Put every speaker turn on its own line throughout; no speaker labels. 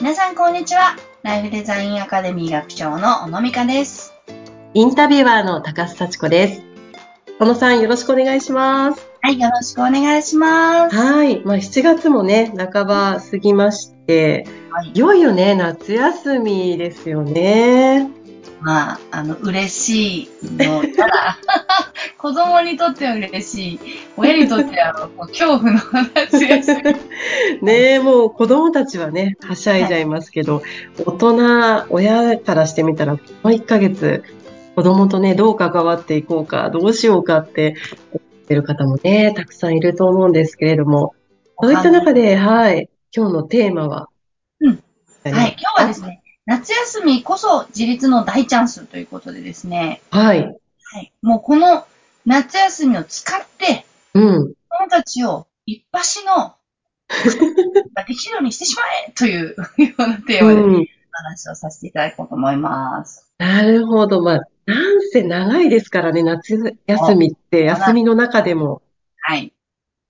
皆さんこんにちは。ライフデザインアカデミー学長の小野美香です。
インタビュアーの高須幸子です。小野さん、よろしくお願いします。
はい、よろしくお願いします。
はい。まあ、7月もね、半ば過ぎまして、
はい
い、よいよね、夏休みですよね。
まあ、あの、嬉しいの、ただ、 子供にとっては嬉しい。親にとっては、あの、こう恐怖の話です。
ねえ、もう子供たちはね、はしゃいじゃいますけど、大人、親からしてみたら、この1ヶ月、子供とね、どう関わっていこうか、どうしようかって思ってる方もね、たくさんいると思うんですけれども、そういった中で、はい、今日のテーマは、
うん
何
はい、今日はですね、夏休みこそ自立の大チャンスということでですね、
はい。
はい、もうこの夏休みを使って、
うん。
子供たちを一発 の、ができるようにしてしまえという ようなテーマでお
うん、
話をさせていただこうと思います。
なるほど。まあ、なんせ長いですからね、夏休みって、休みの中でも。
はい。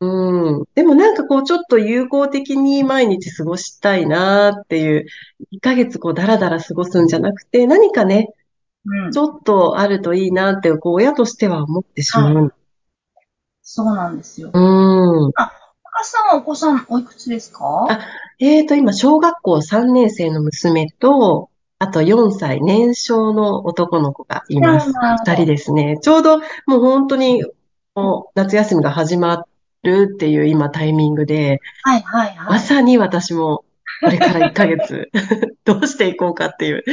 うん。でもなんかこう、ちょっと有効的に毎日過ごしたいなっていう、1ヶ月こう、だらだら過ごすんじゃなくて、何かね、
うん
ち。ょっとあるといいなって、こう、親としては思ってしまう。
そうなんですよ。
うん。
高橋さんはお子さんおいくつですか
あえーと、今、小学校3年生の娘と、あと4歳、年少の男の子がいます。二
で。
人ですね。ちょうどもう本当にもう夏休みが始まるっていう今タイミングで、
はいはいは
ま
い。
さに私もこれから1ヶ月 どうしていこうかっていう。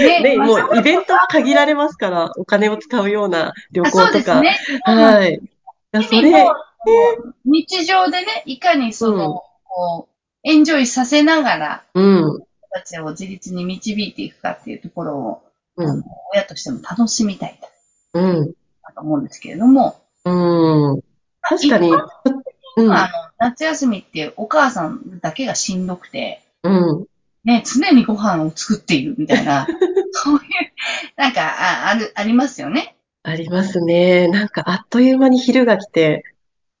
ね
で、もうイベント
あ
は限られますから、お金を使うような旅行
そう
と
です
か。
ね。
はい。だ
日
そ
々
れ
の、日常でね、いかにその、
うん
こう、エンジョイさせながら、
うん、
子供たちを自立に導いていくかっていうところを、
うん、
親としても楽しみたい
うん、
なと思うんですけれども、
うん。確かに、
一般
う
まあ、あ
ん、
の、夏休みってお母さんだけがしんどくて、
うん、
ね、常にご飯を作っているみたい な、そういう、なんか、あある、ありますよね。
ありますね。なんかあっという間に昼が来て、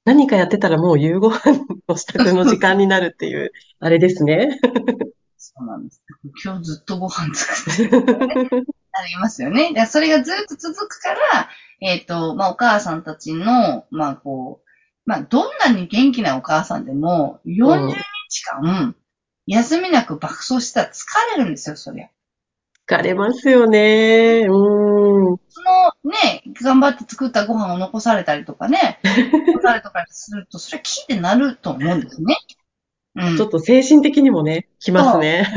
何かやってたらもう夕ご飯の支度の時間になるって いう、あれですね。
そうなんです。今日ずっとご飯作ってる、ありますよね。だからそれがずっと続くから、えっ、と、まあ、お母さんたちの、まあ、こう、まあ、どんなに元気なお母さんでも、40日間、休みなく爆走したら疲れるんですよ、そりゃ。
疲れますよね。うーん。
そのね、頑張って作ったご飯を残されたりとか ね、残されたりすると、それは聞いてなると思うんですね。うん。
ちょっと精神的にもね、きますね。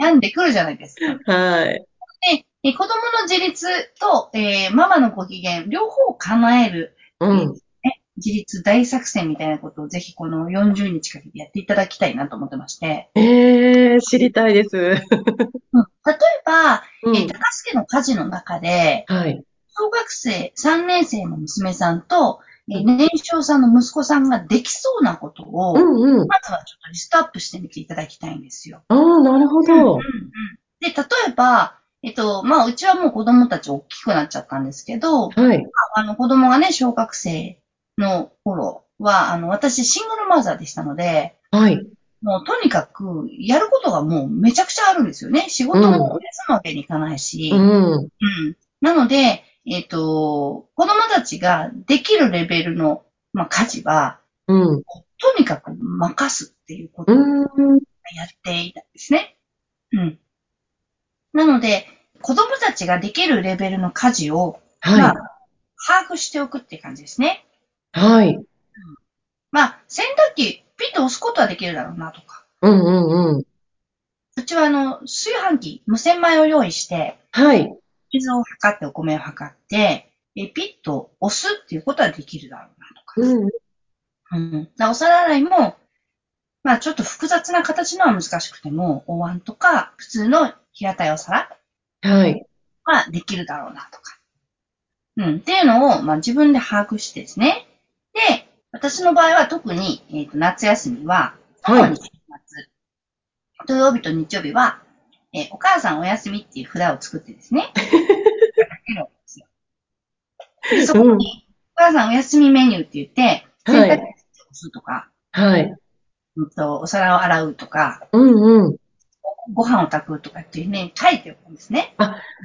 病んでくるじゃないですか。
はい。
で、え子供の自立と、えーママのご機嫌、両方を叶える、
うん。
自立大作戦みたいなことをぜひこの40日かけてやっていただきたいなと思ってまして。
ええ知りたいです。う
うん、例えば、えー
ん。
高助の家事の中で、
はい。
小学生3年生の娘さんと、えー年少さんの息子さんができそうなことを、
うんうん。
まずはちょっとリストアップしてみていただきたいんですよ。
ああ、なるほど。
で、例えば、えっと、まあ、うちはもう子供たち大きくなっちゃったんですけど、
はい。
あの、子供がね、小学生の頃は、あの、私、シングルマザーでしたので、
はい。
もうとにかく、やることがもうめちゃくちゃあるんですよね。仕事も休むわけにいかないし、
う
うん。
ん。
なので、えっと、子供たちができるレベルの、まあ、家事は、
うん。
とにかく任すっていうことを
うん。
やっていたんですね。うん。なので、子供たちができるレベルの家事を、まあ
は、
把握しておくって感じですね。
い。はい。
まあ、洗濯機、ピッと押すことはできるだろうなとか。
うんうんうん。
うちはあの、炊飯器、無洗米を用意して、
はい。
水を測ってお米を測って、えピッと押すっていうことはできるだろうなとか。
うん。
うん。だからお皿洗いも、まあちょっと複雑な形のは難しくても、お椀とか、普通の平たいお皿
はい。
はできるだろうなとか。うん。っていうのを、まあ、自分で把握してですね。で、私の場合は特に、えっ、と、夏休みは、
は
主
い
に週末土曜日と日曜日は、えーお母さんお休みっていう札を作ってです ね。かけるんですよでそこに、お母さんお休みメニューって言って、
は
選
い
択肢を押すとか、
はい。
うんと、お皿を洗うとか、
うんうん。
ご飯を炊くとかっていうね、書いておくんですね。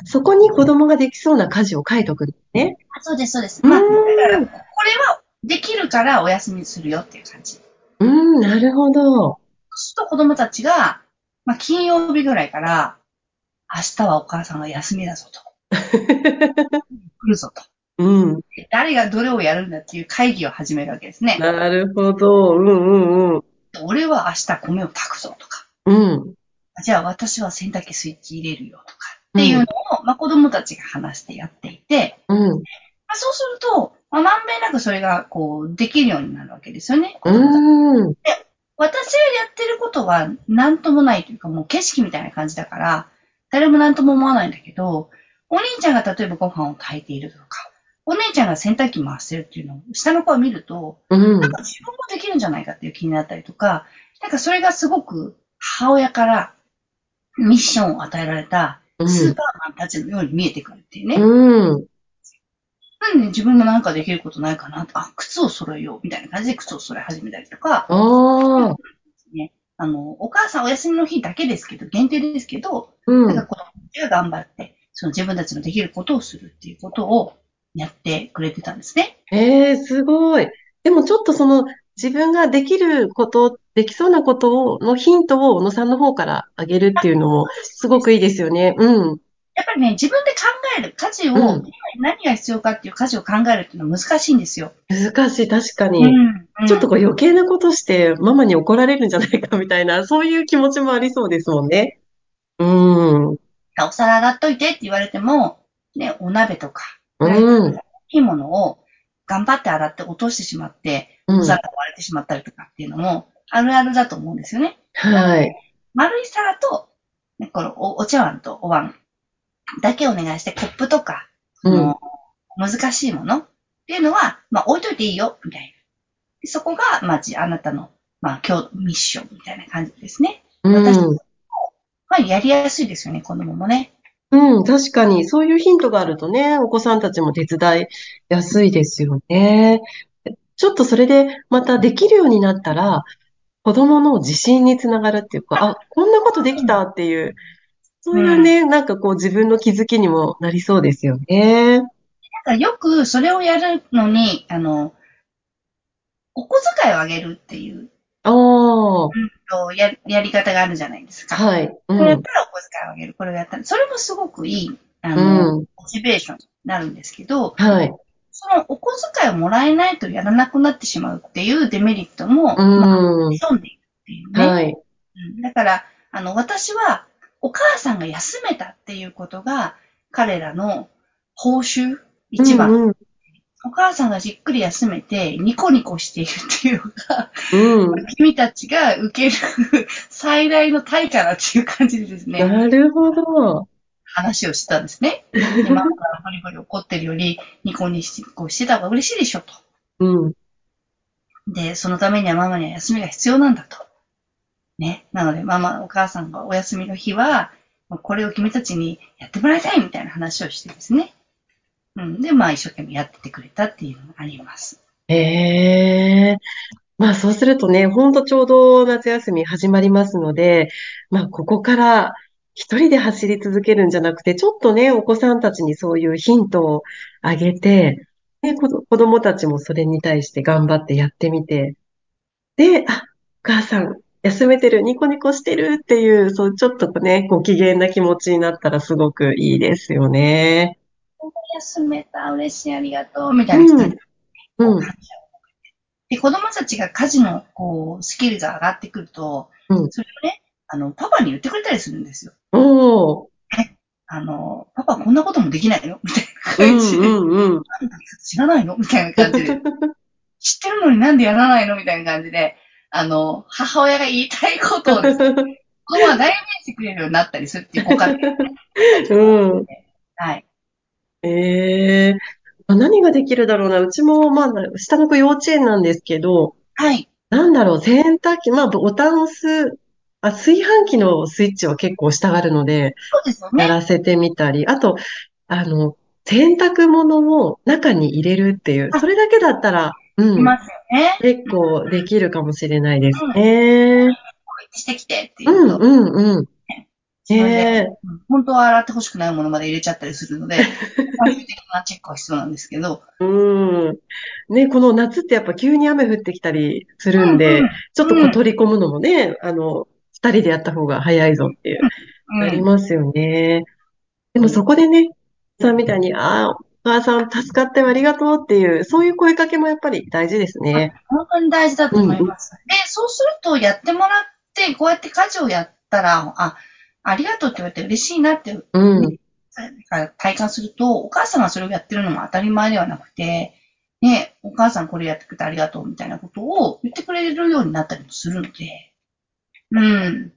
そこに子供ができそうな家事を書いとくんですね。
あそうです、そうです。
う
まあ、だか
ー
ら、
ん
これはできるからお休みするよっていう感じ。そう
うん、なるほど。
すると子供たちが、まあ、金曜日ぐらいから、明日はお母さんが休みだ ぞと。来るぞと。
うん。
で誰がどれをやるんだっていう会議を始めるわけですね。
なるほど。うんうんうん。
俺は明日米を炊くぞとか。
うん。
じゃあ私は洗濯機スイッチ入れるよとか。っていうのを、まあ、子供たちが話してやっていて、
うん。
まあ、そうすると、まあ、まんべんなくそれが、こう、できるようになるわけですよね。
うん。
私がやってることは何ともないというか、もう景色みたいな感じだから、誰も何とも思わないんだけど、お兄ちゃんが例えばご飯を炊いているとか、お姉ちゃんが洗濯機回してるっていうのを下の子は見ると、
うん
なん。か自分もできるんじゃないかっていう気になったりとか、なんかそれがすごく母親からミッションを与えられたスーパーマンたちのように見えてくるっていうね。
うん。
なんで自分もなんかできることないかなあ、靴を揃えようみたいな感じで靴を揃え始めたりとか、
ああ。
ね、あの、お母さんお休みの日だけですけど、限定ですけど、
う
なんか
ん。
子供たちが頑張って、その自分たちのできることをするっていうことをやってくれてたんですね。
ええ、すごい。でもちょっとその自分ができること、できそうなことを、のヒントを小野さんの方からあげるっていうのもすごくいいですよね。うん。
やっぱりね、自分で考える家事を、
うん
何が必要かっていう家事を考えるっていうのは難しいんですよ。
難しい、確か
う
に。
ん。
ちょっとこう余計なことしてママに怒られるんじゃないかみたいな、 そういう気持ちもありそうですもんね。うん。
お皿洗っといてって言われても、ね、お鍋とか、
うん。
大きいものを頑張って洗って落としてしまって、
う
お
ん。
皿が割れてしまったりとかっていうのも、あるあるだと思うんですよね。
はい。
丸い皿と、ねこのおお茶碗とお椀だけお願いして、コップとか、そ
うん。
の難しいものっていうのは、まあ、置いといていいよ、みたいな。でそこが、まあ、じあなたの、まあ、今日ミッションみたいな感じですね。
うん。
まあ、やりやすいですよね、子供もね。
うん。確かに、そういうヒントがあるとね、お子さんたちも手伝いやすいですよね。ちょっとそれで、またできるようになったら、子供の自信につながるっていうか、あ、こんなことできたっていう、そういうね、なんかこう自分の気づきにもなりそうですよね。
なんかよくそれをやるのに、あの、お小遣いをあげるっていう
ああ。
とややり方があるじゃないですか。
はい。う
これやっ
ん。
たらお小遣いをあげる、これをやったら、それもすごくいい、あの、
うん。
モチベーションになるんですけど、
はい。
そのお小遣いをもらえないとやらなくなってしまうっていうデメリットも、ま
う
あ、
ん。
潜んでいるっていうね。
はい。
うんだから、あの、私は、お母さんが休めたっていうことが、彼らの報酬、一番、
うん。
お母さんがじっくり休めて、ニコニコしているっていう のが、
うん。
君たちが受ける最大の対価だっていう感じでですね、
なるほど。
話をしたんですね。で、ママがバリバリ怒ってるより、ニコニコしてた方が嬉しいでしょと。
うん。
で、そのためにはママには休みが必要なんだと。ね。なので、ママ、お母さんがお休みの日は、もうこれを君たちにやってもらいたいみたいな話をしてですね。うん。で、まあ、一生懸命やっててくれたっていうのがあります。
ええ。まあそうするとね、ほんとちょうど夏休み始まりますので、まあここから一人で走り続けるんじゃなくて、ちょっとね、お子さんたちにそういうヒントをあげて、ね、子ど子供たちもそれに対して頑張ってやってみて、で、あ、お母さん、休めてる、ニコニコしてるっていう、そう、ちょっとね、ご機嫌な気持ちになったらすごくいいですよね。
休めた、嬉しい、ありがとう、みたいな人に、
うん、うん、
で、子供たちが家事の、こう、スキルが上がってくると、
うん
それをね、あの、パパに言ってくれたりするんですよ。
おー、
あの、パパこんなこともできないのみたい な感
う
じで。
ん、うん、うん。
知らないのみたいな感じで。知ってるのになんでやらないのみたいな感じで、あの、母親が言いたいことをですね、ママは代弁してくれるようになったりするっていうご家庭。
うん。
はい。
ええまあ何ができるだろうな。うちも、まあ、下の子幼稚園なんですけど、
はい。
なんだろう、洗濯機、まあ、ボタンを押す、あ、炊飯器のスイッチは結構押したがるので、
そうですよね。
やらせてみたり、あと、あの、洗濯物を中に入れるっていう、それだけだったら、うん
い。ますよね。
結構できるかもしれないですね。
してきてっていううんと、
うんうん。ええ
うん本当は洗ってほしくないものまで入れちゃったりするので、 最終的なチェックは必要なんですけど。
うん。ね、この夏ってやっぱ急に雨降ってきたりするんで
うん、
ちょっとこう取り込むのもね、あの、二人でやった方が早いぞっていう、
うん
ありますよね。でもそこでね、さんみたいに、ああ、お母さん助かってありがとうっていう、そういう声かけもやっぱり大事ですね。
本当に大事だと思います。で、そうするとやってもらって、こうやって家事をやったら、あ、ありがとうって言われて嬉しいなって
うん。
体感すると、お母さんがそれをやってるのも当たり前ではなくて、ね、お母さんこれやってくれてありがとうみたいなことを言ってくれるようになったりもするので、うん。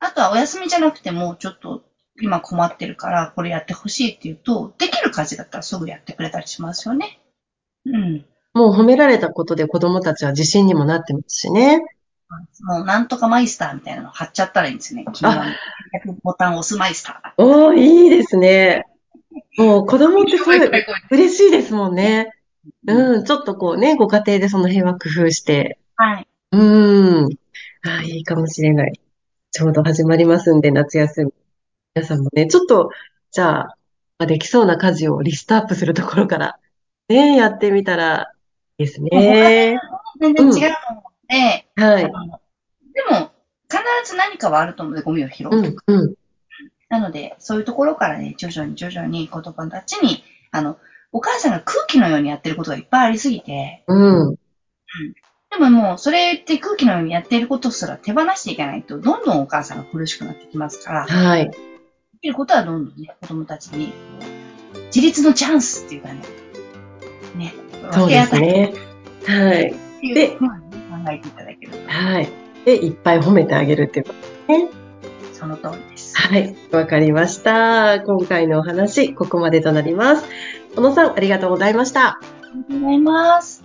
あとはお休みじゃなくても、ちょっと今困ってるからこれやってほしいって言うと、できる家事だったらすぐやってくれたりしますよね。うん。
もう褒められたことで子供たちは自信にもなってますしね。
もうなんとかマイスターみたいなの貼っちゃったらいいんですね。君はボタンを押すマイスターだ。
おー、いいですね。もう子供ってそういう
怖い怖い
嬉しいですもんね。
怖い
うん、ちょっとこうね、ご家庭でその辺は工夫して。
はい。
うん。あー、いいかもしれない。ちょうど始まりますんで、夏休み。皆さんもね、ちょっと、じゃあ、まあできそうな家事をリストアップするところから、ね、やってみたらいいですね。
全然違うと思うので、
はい。
あのでも、必ず何かはあると思うので、ゴミを拾うと
う
か。
ん、うん。
なので、そういうところからね、徐々に徐々に子供たちに、あの、お母さんが空気のようにやってることがいっぱいありすぎて、
うん。
でももう、それって空気のようにやっていることすら手放していかないと、どんどんお母さんが苦しくなってきますから、で
はい。
きることはどんどんね、子供たちに、自立のチャンスっていうかね、ね、
そうです
分け与え
ね。はい。
ってい
で
うふうに考えていただけると、
はい。で、いっぱい褒めてあげるっていうこと
その通りです。
はい、わかりました。今回のお話、ここまでとなります。小野さん、ありがとうございました。
ありがとうございます。